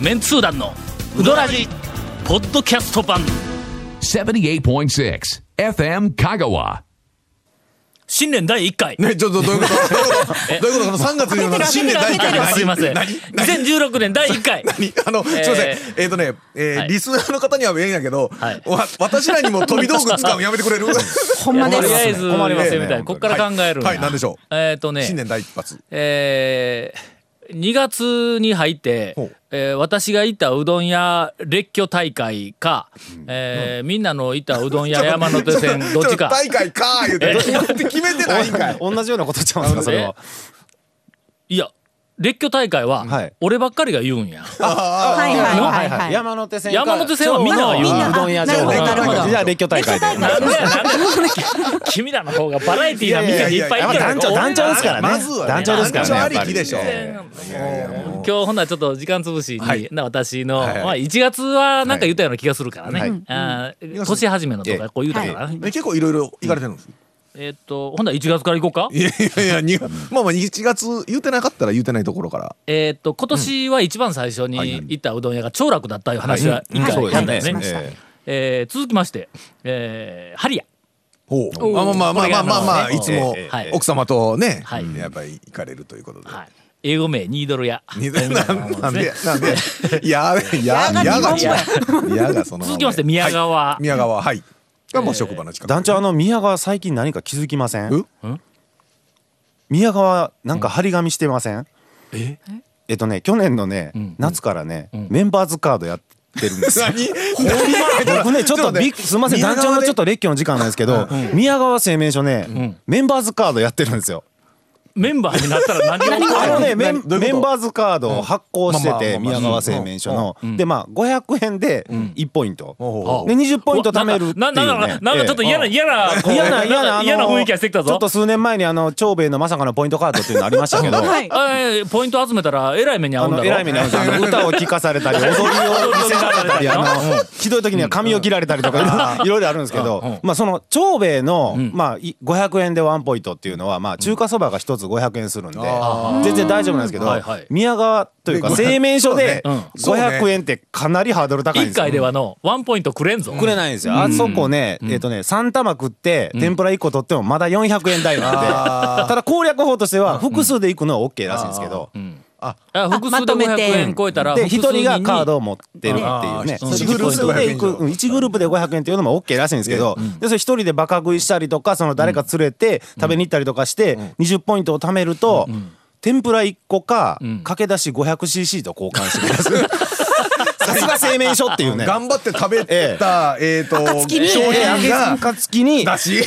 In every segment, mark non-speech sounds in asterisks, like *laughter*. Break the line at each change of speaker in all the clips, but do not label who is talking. メンツー団のウドラジポッドキャスト版
78.6 FM Kagawa.
新年第1回
ね、ちょっとどういうこと *laughs* どういうことどういうことこの3月になる新年第一回何
*laughs* すいません
何何
2016年第1回
何あの、すいません。えっ、とね、えー
はい
リスナーの方には言えんやけど、
はい
わ私らにも飛び道具使うのやめてくれる
ほんまで
とりあえ
す。
ず
困りますね
みたいなこっから考えるな
はいはい何でしょう
えっとね
新年第一発。
えー、2月に入って
ほう、
えー私が行ったうどん屋列挙大会か、えーみんなの行ったうど
*laughs*
ん屋山手線どっちか。
大会かー言うて、どうやって決めてないんかい。
同じようなことちゃうんですか、それは。
いや列挙大会
は
はい俺ばっかりが言うんや。
はいはいはいはい。
山手線か。
山手線はみんなは言う
うどん屋情
なるほ
報。
どなるほど
じゃあ、列挙大会で。
なんでやなんで君らの方がバラエティーな店にいっぱい行
や
っ
ってぱ
る
団長、 *laughs* 団長ですからね。
まずはね
団長ですからね。
団長あり
やっぱ
きでしょ
今日ほんならちょっと時間つぶしに、
はい
な私の、
はいはい
まあ、1月はなんか言ったような気がするからね、
はい
あー年始めのとかこう言うたからね、
ね結構いろいろ行かれてるんです。
えーっとほんなら1月から行こうか
いやいやいやに、まあまあ1月言うてなかったら言うてないところから。
えーっと今年は一番最初に行ったうどん屋が長楽だったいう話は一回
そうです
や
ね
ったよね、
しました
ええ
えー続きまして、えー、ハリア
ほう。まあまあまあまあまあまあ、
これがあのね
いつも
ええはい
奥様とね、
はい
やっぱり行かれるということで。
はい英語名ニードル屋
にな
*laughs* もんですね
なんで、なんで、やべ、や、
が
やが、
日本
やが、そのまま。
続きまして宮川
はい宮川、はい。がもう職場の近く。
団長、あの、宮川最近何か気づきません
え
宮川、なんか張り紙してませんえっとね、去年のね、夏からね、メンバーズカードやってるんですよ。 *laughs*
何
僕ねちょっとびっすみません
宮
団
川で
長のちょっと列挙の時間なんですけど宮川製麺所ねメンバーズカードやってるんですよ
メンバーになったら何を
あのねメ
どうい
ン
うこと
メンバーズカードを発行してて
うんまあまあまあ
宮川製麺所のでまあ500円で1ポイント
ほ
で20ポイント貯めるって
ななん
いう
か
ね
なんかちょっと嫌な
ええ
嫌なこう
嫌な嫌なあの
嫌な雰囲気がしてきた
ちょっ
ぞ
と数年前にあの長兵衛のまさかのポイントカードっていうのありました
*laughs*
けど
はい。
えーポイント集めたらえらい目に遭
あ
うんだ
の
ろ
偉い目に遭うんですよあの歌を聞かされたり踊りを見せられたりあのひどい時には髪を切られたりとか *laughs* いろいろあるんですけどまあその長兵衛のまあい500円でワンポイントっていうのはまあ中華そばが一つ500円するんで全然大丈夫なんですけど
はいはい
宮川というか
で
製麺所で
そうねそうね
500円ってかなりハードル高いんで
一
すよ
回。ではのワンポイントくれんぞ。
くれないんですよ。あそこね、えっとね、3玉食って、天ぷら1個取ってもまだ400円台なんで、ただ攻略法としては、複数で行くのは OK らしいんですけど、
あ複数で
まとめて
500円超えたら
で、
複数
1人がカードを持ってるっていうね、
あ
ー
1グループで行く、
う
うん1グループで500円っていうのも OK らしいんですけど、で、それ1人でバカ食いしたりとか、その誰か連れて食べに行ったりとかして、20ポイントを貯めると、天ぷら1個か、駆け出し 500cc と交換してください。
*laughs*
さすが製麺所っていうね。
頑張って食べた、えっと、商
暁に
品が、
かつきに
だし。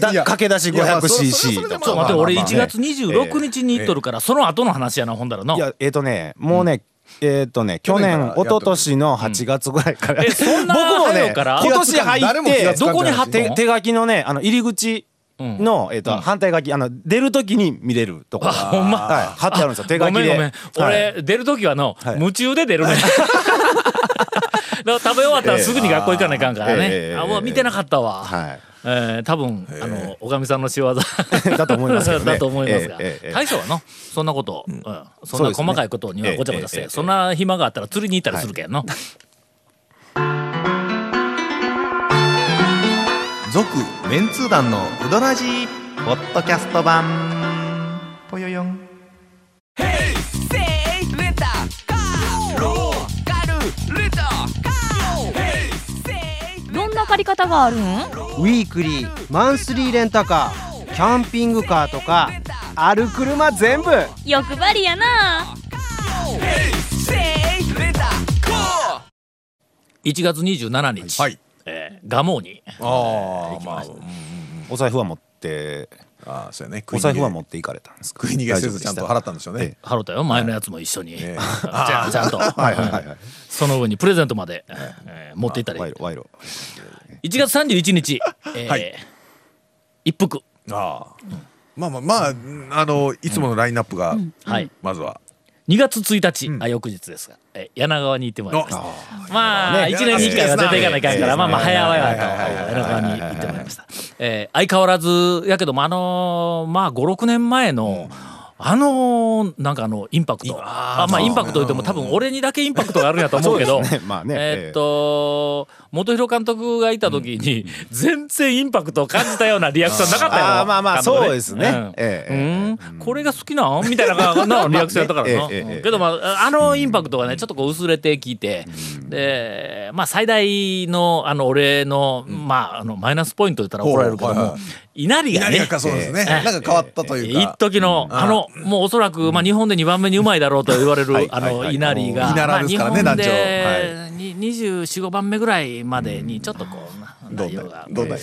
だ
いや
駆け出し
いやまあそ
500cc
それはそれでまあ
とか
ちょっと待って、
まあ
俺
まあ
1月26日に行っとるから、その後の話やな、ほんだらの
い。やえっ、とねもうね、えっ、とね去
去
年
年から
一昨年の8月ぐらいから、
えそんな
*laughs* 僕も
早い
ね
から
今年
誰
入っ
も気が
て
つ
ど
かん
こに貼ってん
手
の
手書きのねあの入り口の、えっと反対書きあの出る時に見れるところ
ほんま
はい、貼ってあるんですよ手書
ご
きで
めんごめん。
はい
俺、出るときはの、
い
夢中で出る
*laughs*
ね。だから食べ終わったらすぐに学校行かないかんから
え
ね。
え
あ、もう見てなかったわ。
はい
えー多分、あの、おかみさんの仕業
*laughs* だと思いますけどね
*laughs* だと思いますが
ええええええ
大将はの、そんなこと、うんそん
そう
な
ですね
細かいことにはごちゃごちゃし
えええ
て、
え
そんな暇があったら釣りに行ったりするけんの。
続、
メンツー団のウドラジーポッドキャスト版ぽよよん
どんな借り方があるん？
ウィークリーマンスリーレンタカーキャンピングカーとかある車全部
欲張りやな。
1月27日、
はい。
えーガモーに。
ああ、まあ、
お財布は持って
ああ、そうやね。
お財布は持
う。
っていかれたんですか
食い逃げせずちゃんと払ったんでしょうね。
ハロタよ前のやつも一緒に、
ええ
ちゃんちゃ
*laughs*
んと、 *laughs* その上にプレゼントまで、えー持っていったり
賄
1
賂賄賂
月31日、えー
*laughs* はい
一服
ああ。まあまあまあ、うんあの、いつものラインナップが、
はい
まずは。
2月1日、あ翌日ですが、えー柳川に行ってまいりましたまあ、
ね
1年に1回は出ていかないかんから、
ええ
まあまあ、
ええ
早々と
はいはいはいはい
柳川に行ってまいりました。えー相変わらず、やけども、あのーまあ、5、6年前の、あのーなんかあのインパクトあまあインパクト言っても多分俺にだけインパクトがあるんやと思うけ
そ
ど
うですねまあね
えーっと元弘監督がいた時に全然インパクトを感じたようなリアクションなかったよ
あーまあまあ
監督
そうですね
うん
ええ
うんこれが好きなんみたいな感じのリアクションやったからな、
*laughs* ええええええ
けどまああのインパクトがねちょっとこう薄れてきて、でまあ最大のあの俺の、まああのマイナスポイント言ったら怒られるけど
ほうほう
も
はい
稲荷が
何
ね
かそうですね。
ええ
なんか変わったという
一
か。
時のあのもうおそらくまあ日本で2番目にうまいだろうと言われ
*laughs*
る
はい
あ
はい
の
はい
稲荷が
稲
まあ
荷で
日
すから
本
ね
でに2425番目ぐらいまでにちょっとこうな
どう
内容
だ
が
いどうだい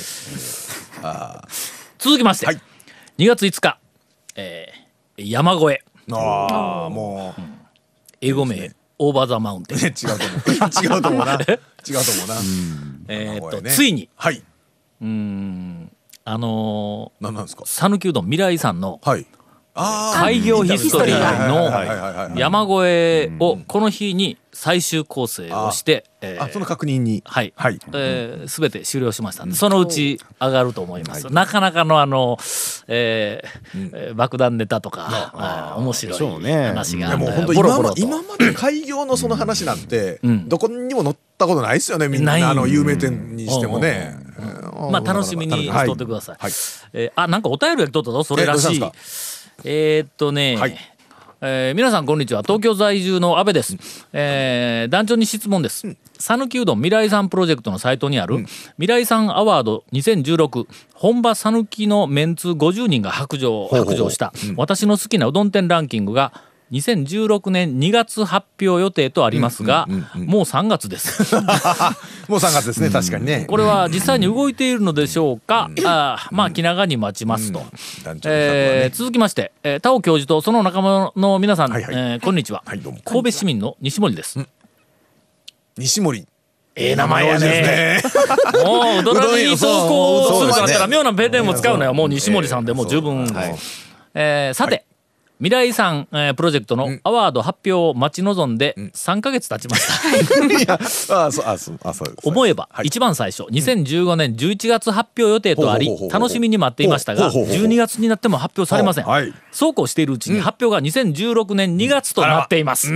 続きまして
はい
2月5日えー山越え
ああ、もう、
英語名オーバーザマウンテン
違うと思う。違うと思うな。違うと思うな。
えーっ
これ
と
ね
ついに
はい。
あのー
何なんですか
讃岐うどん未来さんの
はい。ああ。
開業ヒストリーの
はいはいはいはいはい
山越えをこの日に最終構成をしてえー
あ、その確認に。
はい、
はい
えー、全て終了しましたんで、そのうち上がると思います、なかなかのあの、えーえー爆弾ネタとか、あー面白
でしょう
い
ね
話
い
が、
やもう本当
ボロ
今
ボロ
ま
と
今まで開業のその話なんて、
ん
どこにも載ったことないですよねみん
ない
なあの有名店にしてもね。
まあ楽しみにしとってください、
はい
えーあなんかお便りが来とったぞそれらし
え
い
どう
えーっとね、
はい
えー皆さんこんにちは東京在住の阿部です、えー団長に質問です讃岐、うどん未来さんプロジェクトのサイトにある、未来さんアワード2016本場讃岐のメンツ50人が白状
うほう
白状した私の好きなうどん店ランキングが2016年2月発表予定とありますが、もう3月です
もう3月ですね確かにね。
これは実際に動いているのでしょうか、あーまあ気長に待ちますと、
団長の
えー続きまして、えー、田尾教授とその仲間の皆さん、
はいはい
えーこんにちは、
はいどうも
神戸市民の西森です、
西森。
ええ名前やねもううどらじに投稿するとあったら妙なペンネームを使うのよもう西森さんでもう十分、えーさて、未来さん、えープロジェクトのアワード発表を待ち望んで3ヶ月経ちました
いやあそうあそうあそう。
思えば
はい
一番最初2015年11月発表予定とあり
ほうほうほうほう
楽しみに待っていましたが
ほうほうほうほう
12月になっても発表されません
はい
そうこうしているうちに発表が2016年2月となっています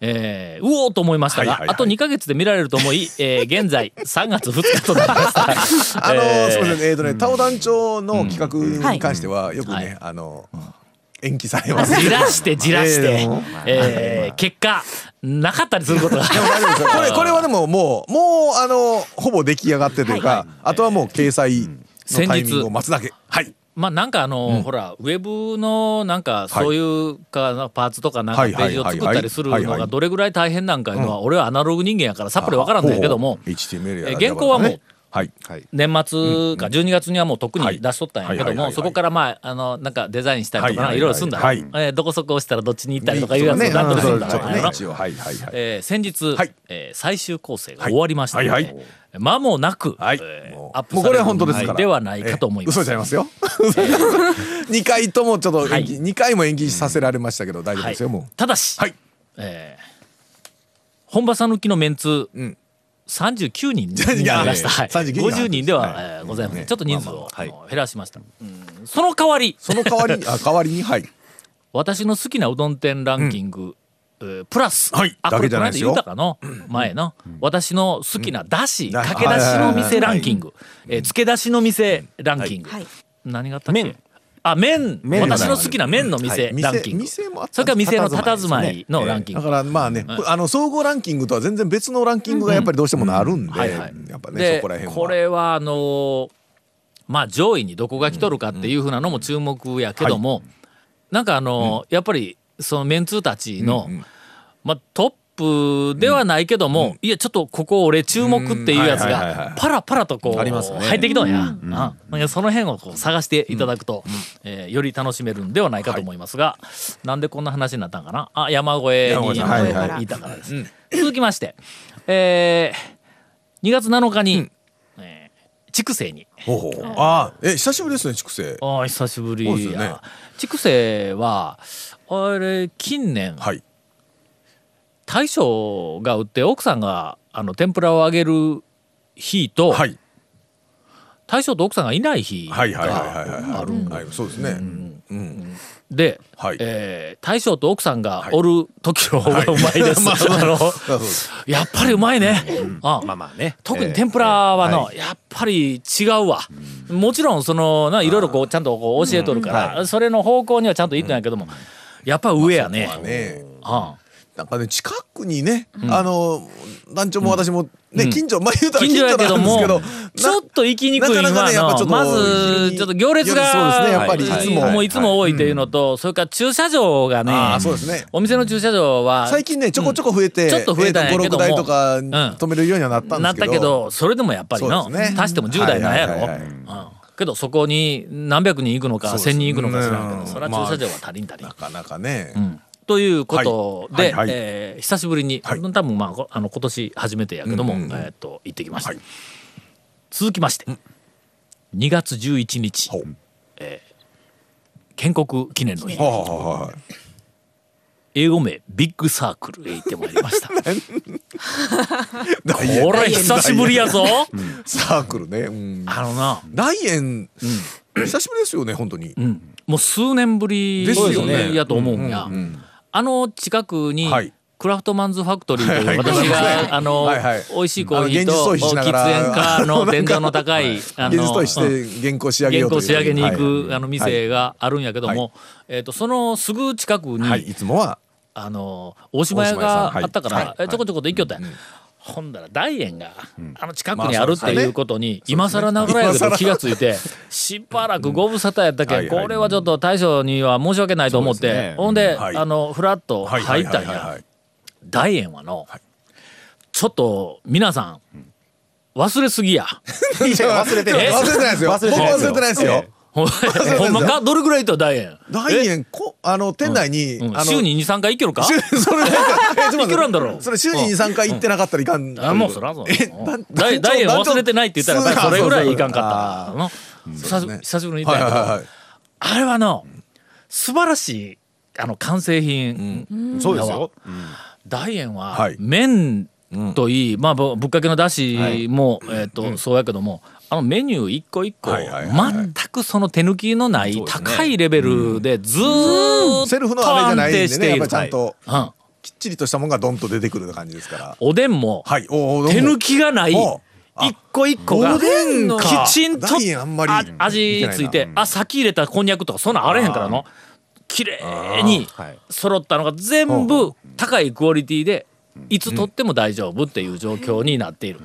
えーうおーと思いました
はいはい
が
はい
あと2ヶ月で見られると思いえー現在3月2日となりま
*laughs*
した
あのー、すみま
えー
せん、えっ、とね、タオ団長の企画に関しては、よくね、
はい
あのー延期されます。
じらしてじらし
いやい
て
やもう
えー結果なかったりすることが
大丈夫ですよこれ、これはでも、もう、もう、あのーほぼ出来上がってというか、あとはもう掲載。のタイミングを待つだけ。はい。
まあなんかあの、ほらウェブのなんかそういうかなパーツとかなんか
は
ペ
いは
ー
い
ジを
はいはい
作ったりする
はい
の
は
が
い
どれぐらい大変なんかいうのは俺はアナログ人間やからさっぱりわからんのやけども
ほうほう HTML やら
え原稿はもう
ねはい。はい。
年末か12月にはもう特に出しとったんやけ
は
ど
いはいはいは
も
い
そこからまああのなんかデザインしたりとかなんか
はいい
ろいろすんだろ
はい
えーどこそこ押したらどっちに行ったりとかいうやつ
ね、
なんとかす
そ
る
うん
だ
ちょっと
ろう
ね、
な
一応、はいはいはい。
えー先日、
はい
えー最終構成が終わりましたので、
はいはい
間もなく、
はい
えー
もう
アップ
もう
さ
こ
れ
れ
る
は
の
本当ですから。
ではないかと思います。
ええ嘘ちゃいますよ。二回ともちょっと延
は
期、二、回も延期させられましたけど、大丈夫ですよ、
はい
もう。
ただし、
はい。
えー本場さぬきのメンツ、
ん
39人
39
になりました、
*laughs* いや
はい、
39人
50人では、
はい
えーございません、
ね
ちょっと人数を、
まあまあ
減らしました、うんその代わり
その代わ
*laughs*
りに、あ、代わりに、はい。
私の好きなうどん店ランキング、えープラス、
はい
あこ
だ
れ
けじ
この間言
ゃないですよ
うたかの前の、私の好きなだし、
ん
かけだしの店ランキング、えーつけだしの店ランキング、
はい
何があったっけあ麺
麺のラン
私
キング
の好きな麺の店
店
ランキング、
店もあった
それから店の佇ま
ね
いのランキング
だからまあね、あの総合ランキングとは全然別のランキングがやっぱりどうしてもなるんで、
はいはい、
やっぱね
で
そこら辺は
これはあのーまあ上位にどこが来とるかっていうふうなのも注目やけども、なんかあのーやっぱりそのメンツーたちの、まあ、トップではないけども、いやちょっとここ俺注目っていうやつ
うんはいはいはいは
が
い
パラパラとこう
ありますね
入ってきたんや、うんなんかその辺をこう探していただくと、えーより楽しめるんではないかと思いますが、なんでこんな話になったんかなあ山越えに
山越えから
いたからです、続きまして、えー2月7日に、えー筑西に
ほうほうああえ久しぶりですね畜生
あー久しぶり
そうですよね
や筑西はあれ近年
はい
大将が売って奥さんがあの天ぷらを揚げる日と、
はい
大将と奥さんがいない日が
はいはいはいはいはい
あるんだ
はいそうですね、
で、
はい
えー大将と奥さんがおる時の方がうまいです、
*laughs*
あの
そうです
やっぱりうまいね、あ
まあまあね
特に天ぷらはの、やっぱり違うわ、もちろんそのないろいろこうちゃんとこう教えとるから、それの方向にはちゃんと言ってないけども、やっぱ上やね、
ね
あ
なんかね近くにね、あの団長も私もね、近所まあ言うたら
近
近
所や
所
け
な
ど
んです
も
けど
ちょっと行きにくいのは
なかなかねやっぱちょっと
まずちょっと行列が
そうですねやっぱり
はい
つも
もういつも多いというのと、それから駐車場がね
ああそうですね
お店の駐車場は
最近ねちょこちょこ増えて、
うんちょっと増えたんやけども
えーと56台とか
ん
止めるようにはなったんで
な
す
っ
けど、
たけどそれでもやっぱりな、
そうですね
足しても10代なんやろ、
はいはいはいはい
うんけどそこに何百人行くのか
そうです
1,000人行くのか知らんけど、
うん
それは駐車場は足りん足りん
な。かなかね、
うんということで、
はいはいはい
えー久しぶりに、
はい
多分まあこあの今年初めてやけども、えーっと行ってきました、続きまして、2月11日、
ほう
建国記念の日
はあはあはあ
英語名ビッグサークルへ行ってまいりま
*laughs*
したこ
大円
れ久しぶりやぞ
サークルね、うん、
あのな、
大円、久しぶりですよね本当に、
うん、もう数年ぶり
ですよね
やと思うんや、
うんうん
あの近くに、
はい
クラフトマンズファクトリーという、
はいはい
私が、
はい *laughs*
あの、
はいはい
美味しいコーヒー
あの
と
現実逃避しな
喫
がら
煙家の伝統の高
*laughs*
い、あ
現実
の
として原稿仕上げよ
原
うと
稿仕
いう
上げに行く、
はい
あの店があるんやけども、えっ、とそのすぐ近くに、
はい、いつもは
あの大島屋
大島屋さん
が
は
あ
い
ったから、
はい
えちょこちょこと行きよったんや、ほんだら大円が、あの近くに
まあ
あるっ
そ
て
うですね
いうことに、今更ながらやけ
今
ど
更
気がついてしばらくご無沙汰やったけ、
うんんはいはい
これはちょっと大将には申し訳ないと思って、
そうですね
ほんで、
はい
あのフラッと
はい
入ったんや、
はいはいはいはい
大円はの、ちょっと皆さん忘れすぎ
*laughs*
や。
いや忘れて
忘
る
え
れてないですよ
忘れて
僕
ないですよ
忘れてないですよ
ほん
よ
ほんまかどれぐらいいた大円
大円こあの店内に、
うん
あの
週に23回行けるか
週 *laughs* それなんかえちょっと待って
いくらんだろう
それ週に23回行ってなかったらいかん
あもうそらそう
え
だ
団
ダイダイエン忘れてないって言ったらやっぱりそれぐらいいかんかったな
そ
久
うですね
し久しぶりに言
は
っ
い
た
は
んや
いは
け
い
どあれはの素晴らしいあの完成品
そうですよ
ダイエンは
はい
麺といいまあぶぶっかけのだしもえっとそうやけどもあのメニュー一個一個
はいはいはい
全くその手抜きのない高いレベルでずーっ
セルフの
と
あれじゃ
安
ない
定
ん
し
でね
て
や
い
っぱ
る
りちゃんと
うん
きっちりとしたもんがドンと出てくる感じですから
おでんも
はいおお
手抜きがない
おあ
一個一個が
おでんか
きちんと
ダイエンあんまり
あ味ついてあ先入れたこんにゃくとかそんなんあれへんからの綺麗に
はい
揃ったのが全部高いクオリティでいつ取っても大丈夫っていう状況になっている、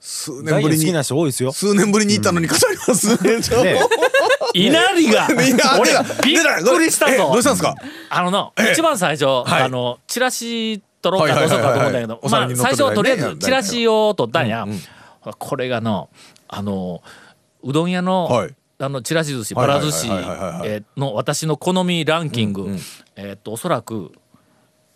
数年
大
ぶ
好
り
き
に
な人多いですよ
数年ぶりに行ったのに語りますねちょっと
ね
稲荷が
いや
俺
出た
びっくりした
えど
ぞ
うしたんですか
あのの
ええ
一番最初、
い
あのチラシ取ろうかどうしようかと思ったんやけど、
はいはいはいはいお皿に
まあ、最初
乗っ
と
と
り
る
あ
や
え
つね
ずチラシを取ったんや、これがのあのうどん屋の、
はい
あのチラシ寿司ばら寿司
はいはいはいはいはいはい
えーの私の好みランキング、えーっとおそらく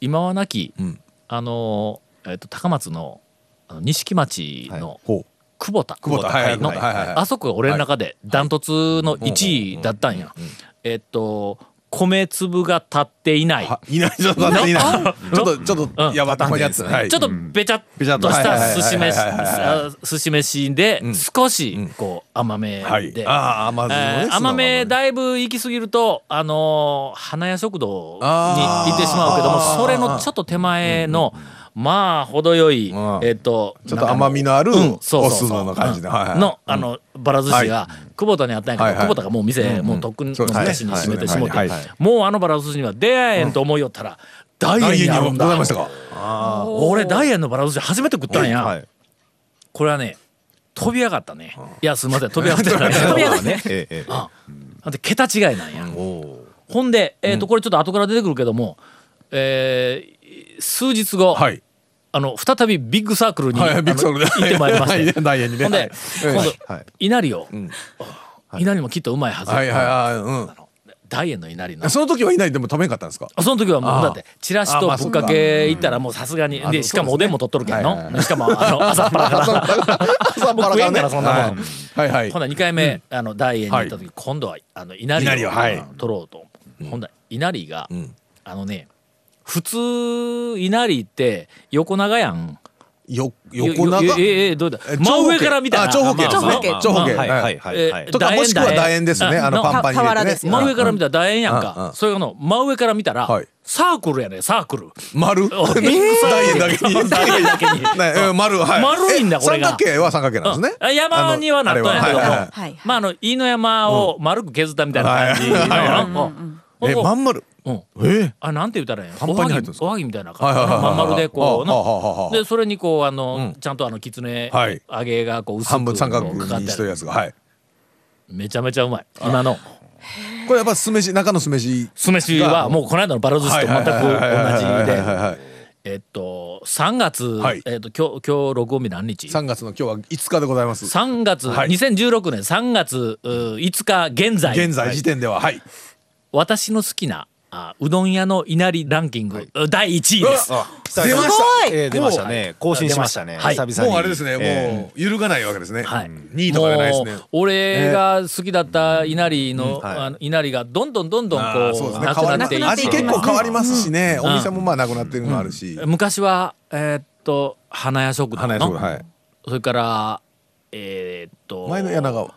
今はなき、
ん
あの、えーっと高松のあの錦町の
ほう
久保田
久保田はいはい
の
はいはいはい
あそこが俺の中でダントツの1位だったんや。えっと米粒が立っていない、
あいないちょっと待っていないちょっとちょっ
うん
とやばたまにやつはい
ちょっとべちゃっ
べちゃっ
と
と
し
はい
た
はいはい
寿司飯
はいはいはい
あ寿司飯で
ん
少しこう甘め
はい
で、
ああ甘酢のね
えー
酢の
甘め
ね
だいぶ行き過ぎるとあのー花屋食堂に
あー
行ってしまうけども
あー
それのちょっと手前のまあ程よい
ん
えっと
ちょっと甘みのある
うん
お酢
そうそうそう
の感じではいはい
のあのばら寿司
は
が久保田にあったんやけ
はい
ど
は
久
い
保田がもう店もうとっくの
そうですね
昔に閉めて
は
し
い
も
は
て
いはい
もうあのばら寿司には出会えんと思いよったら大
大
円に
円に
あ
は
る
ご
んだ
ざいましたか
俺ダイエンのバラ寿司初めて食ったんや、
はい
これはね飛び上がったね、いやすみません飛び上がって
*laughs*
ない飛び上がって
*laughs*
ね
ええええ
なんで桁違いなんや、ほんで、えー、とこれちょっと後から出てくるけども、えー数日後、
はい
あの再びビッグサークルに、
はいは
あの
いビッグサークルで
行ってまいりまし
はい
て、
ダイエンにね
ほんで、
はい
今度、
はい
稲荷を、稲荷もきっとうまいはず、
はいはいはいうん
ダイエンの稲荷の
その時はいないでも食べんかったんですか
あその時はもうだってチラシと
あまあ
ぶっかけ行ったらもうさすがにでしかもおでんも取っとるけん
はいはい
のしかもあ
*laughs*
の朝っぱらから
朝っぱら
食えんか
かんね
らそんなもん
はいはい
ほん
はい
なら2回目、あの大円に行った時、今度はあの稲荷を
稲荷をはい
取ろうと、ほんだら稲荷が、あのね普通稲荷って横長やん
よ横長
よよええどうだ
え
真上から見たら
あ長方形
まあま
長方
あ
形
まあ
長方形
まあ
はいはいは
え
い、はい
ー
とかもしくは楕円ですね
楕
あのパンパンに入れて
俵
ね
ですよ
真上から見たら楕円やん
うんうん
かそれがの真上から見たら
はい
サークルやねサークル
丸 *laughs* 楕
*laughs*
円だけに
楕円だけに
ねえー丸はい
丸いんだ
え
これが
三角形は三角形なんですね
うんあ山にはなったんやけども
あのあれははい
はい
まああの飯野山を丸く削ったみたいな感じの
はいはいはい
うん
えまん丸
うん
え
あなんて言ったらええ
パンパンに入ってるんですか
おはぎみたいな
は
感
いはい
じ
はいはい
まん丸でこう
はあはあはあは
の
あ
でそれにこうあの
うん
ちゃんとあのきつね
はい
揚げがこう薄く
半分三角
こうかかっ
にしててる
る
やつがはい
めちゃめちゃうまい今の
これやっぱ酢飯中の酢飯
酢飯はもうこの間のバラ寿司と全く同じで
同じ
えっと3月、
はい
えっと今日今日録音日何日
3月の今日は5日でございます
3月、
はい
2016年3月うー5日現在
現在時点でははい
私の好きなあうどん屋のいなりランキング、う第1位です。
出まし
えー出ましたね更新しましたね
はい
久々
た
に
もうあれですね
えー
もう揺るがないわけですね
はい、
2位とかじゃないですね
もう俺が好きだった稲荷の、
はい
あの稲荷がどんどんどんどんこ
あー
う
そうですね
なく
変わ
なっ
って
い
て
っ
なくなって
味
い
て
結
きます
構変わりますしね
うん
お店もまあなくなってるのあるし
昔はえーっと花屋食堂
花屋
の
食堂はい
それからえーっと
前の柳川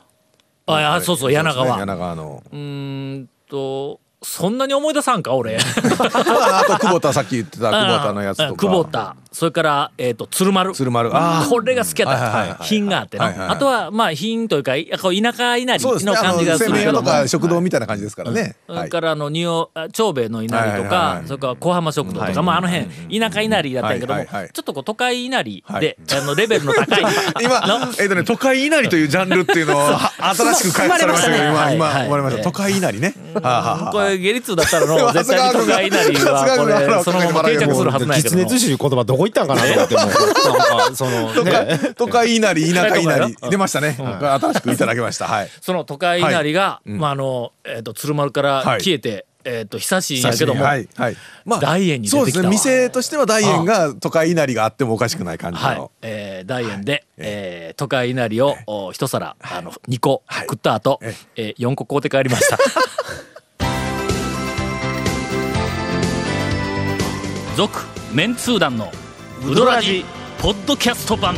ああそうそう柳川
そうですね柳川の
うーんとそんなに思い出さんか
*laughs*
俺
あと *laughs* はあと久保田さっき言ってた久保田のやつと
うん
か
久保田それから、えー、と鶴丸
鶴丸あー
これが好きやった、
はいはいはいはい
品があってな、
はいはいはい
あとはまあ品というかいやこう田舎いなり
そうです
の
ねあ
感じが
の
す
製
る
麺
け
屋
ど
と
も
か食堂みたいな感じですからね
そ
は
れ
い
からあの仁王あ長兵衛の稲荷とか、
はいはいはい
それから小浜食堂とか、まああの辺田舎稲荷だったんやけども、
はいはいはい
ちょっとこう都会稲荷で、
はい
あのレベルの高い
今
の、
えっとね、都会稲荷というジャンルっていうのをは新しく開発されましたけど、
生ま
今、
れ
今
ましたね、
生まれまし
はい
た。都会稲荷ね。はあはあはあ
これ下痢通だったらの
長
絶
谷
対
川
に都
君が
会稲荷はこ
長谷川
れ
君が
そのまま定着するはずなんやけど
狐
も
寿司いう言葉どこ行ったんかなと思ってもうなんか *laughs* その
都会都会稲荷、田舎
都会
稲
だよ
荷、出ましたね。新しくいただきました。はい。
その都会稲荷が、まああの、えっと鶴丸から
はい
消えて、えっと久しいんやけども、
はい。はい。ま
大円に出てきたわ
そうですね。店としては大円が都会稲荷があってもおかしくない感じ
はい
の。、
えー、大円で、えー都会稲荷をお一皿、あの二個食った後、
え
えー四個買うて帰りま
*laughs*
した。続メンツー団のウドラジポッドキャスト版。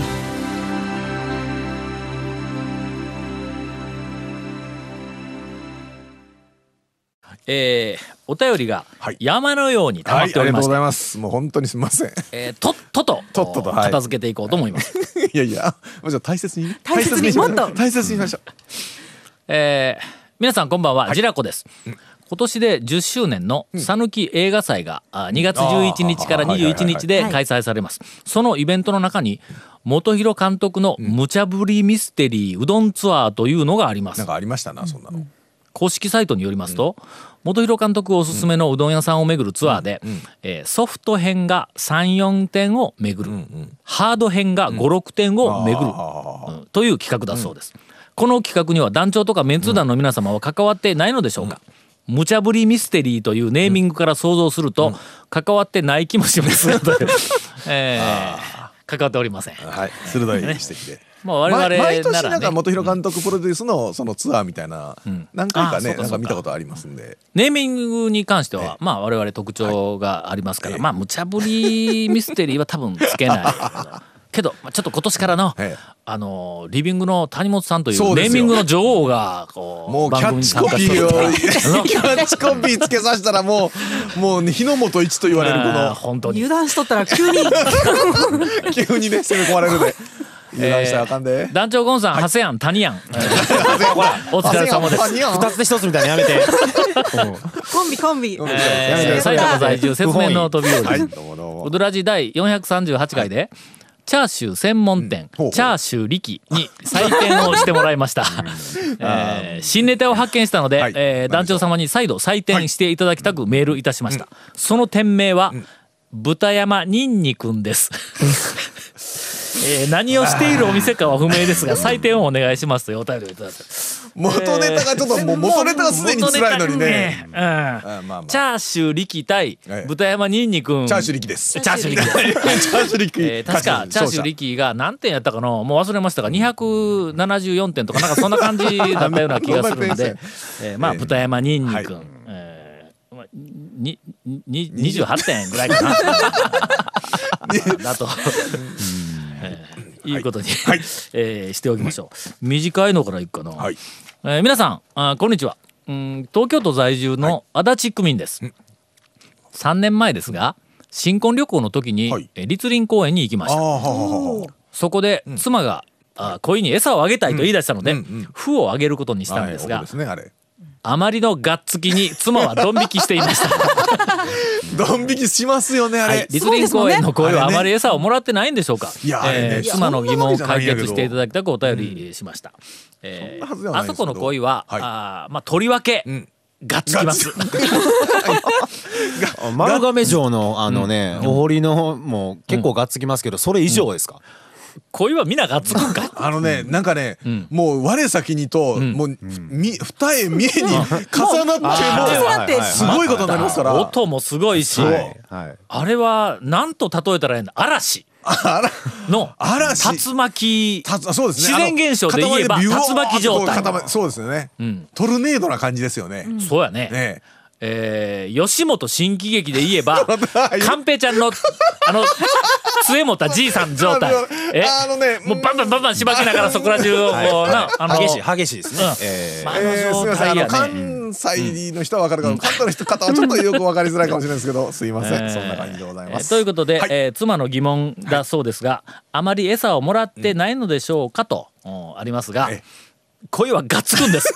えー、お便りが
はい
山のように溜ま
はい。あ
っ
り
ており
がと
ま
う
し
ご
て
ざいます。もう本当にすみません。 *laughs*
えーとっとと
とっととはい
片付けていこうと思います。
いやいや、もちろん大切にね。
大切にもっと
大切にしましょう。
えー皆さんこんばんは、ジラコです。今年で10周年の讃岐映画祭があ2月11日から
あーはいはいはい
21日で
はい
開催されます。そのイベントの中に元弘監督の無茶ぶりミステリーうどんツアーというのがありま
な
す
ん。かありましたな、そんなの。
公式サイトによりますと、元弘監督おすすめのうどん屋さんを巡るツアーで、えーソフト編が34点を巡る、ハード編が56点を巡る、うんという企画だそうです、この企画には団長とかメンツー団の皆様は関わってないのでしょうか、無茶ぶりミステリーというネーミングから想像すると、関わってない気もしますの *laughs* で、えー関わっておりません。
はい。鋭い指摘で。
まあ我々なら、
毎
ね、
毎年なんか元弘監督プロデュースのそのツアーみたいな何回
あ
か
そう
ね
か
なん
そうか
か見たことありますんで
ネーミングに関しては、まあ我々特徴がありますから、まあ無茶ぶりミステリーは多分つけ
*laughs*
ない。けど、まあ、ちょっと今年からの、
ええ
あのリビングの谷本さんという
そう
ネ
です
ー
よ
ミングの女王がこう
もうキ
番
ャ
組
ッ
に
チ
参
コ
加し
ピ
て
ー
る
を
から
*laughs* キャッチコピーつけさせたらもうもう日の本一と言われる
あー
こ
本当に
油断しとったら急に
の急にね攻め込まれる *laughs* で油断したらあかんで
団長ゴンさん、ハセヤン谷やん、お疲れ様です
あせやん
二つで一つみたいなのやめて
コンビコンビ。
え
ん
ー
やめて
埼玉在住説明の飛び降り、
はいどうもどうも
ウドラジ第438回で、チャーシュー専門店、
ほうほう
チャーシュー力に採点をしてもらいま
*laughs*
した、えー新ネタを発見したので、
はい
えー団長様に再度採点していただきたくメールいたしました、その店名は、豚山にんにくんです *laughs* えー何をしているお店かは不明ですが採点をお願いしますというお便りをいただいて
元ネタがちょっともう元ネタがすでに辛いのにね
元ネタがね
あーまあま
う
あ
んチャーシュー力対豚山にんにくん
チャーシュー力です
チャーシュー力です
チャーシュー力
えー確かチャーシューリッキーが何点やったかのもう忘れましたが274点とかなんかそんな感じだったような気がするの
*laughs* 頑張
で
ってくだ、
えーまあ豚山にんに
はい
くん、えーまあににに28点ぐらいかなだと。いうことに、
はい
*laughs* えーしておきましょう。短いのからいくかな。
はい
えー皆さんあーこんにちはうん東京都在住の足立区民です、3年前ですが新婚旅行の時に、
はい
えー栗林公園に行きまし
あ
た
あはあはあは
そこで妻が、あー恋に餌をあげたいと言い出したので、負をあげることにし
あ
たんですが、
はいそうですねあれ
あまりのガッツきに妻はドン引きしていま
*laughs*
した
ドン引きしますよねあ
は
れ、
い、栗林公園の恋はあまり餌をもらってないんでしょうか、
いやあれね
えー
いや
妻の疑問を
そんなわ
解
けじゃない
決
んやけ
し
ど
ていただきたくお便りしました、え
そんなはずで
ー
はな
あ
いです
そ
けど
この恋は、
はい
あーまあとりわけ、
ん
ガッツきます
丸亀城のあのね、お堀のもう結構がっつきますけど、それ以上ですか、
恋は皆がっつくんか
あのね、なんかね、もう我先にと、もう、み、二重見えに重なって、も
はいは
う、すごいことになりますから。
音もすごいし、
いはい
あれは何と例えたらいいの嵐
あら、
の
嵐
竜巻
たつ、そうですね。
自然現象で言えば
あの塊ビュー
竜巻状態
こう固まそうですよね、
ん
トルネードな感じですよね。
そうやね
ね
えー吉本新喜劇で言えば
ない
寛平ちゃんのあの末本じいさん状態
あの
え
あのね
もうバンバンバンバンしばきながらそこら中をこうなあの
激しい激しいですね、
うん
え
まあ
え
あの
ーす
状
みません、あ
態
の、
やね
関西の人はわかるけど、関東の人方はちょっとよくわかりづらいかもしれないですけど、すいませ
え
ん、
ー
そんな感じでございま
えー
す。
ということで、
はい
えー妻の疑問だそうですが、あまり餌をもらってないのでしょうかと、うんありますが
え
恋はガッツくんです
*laughs*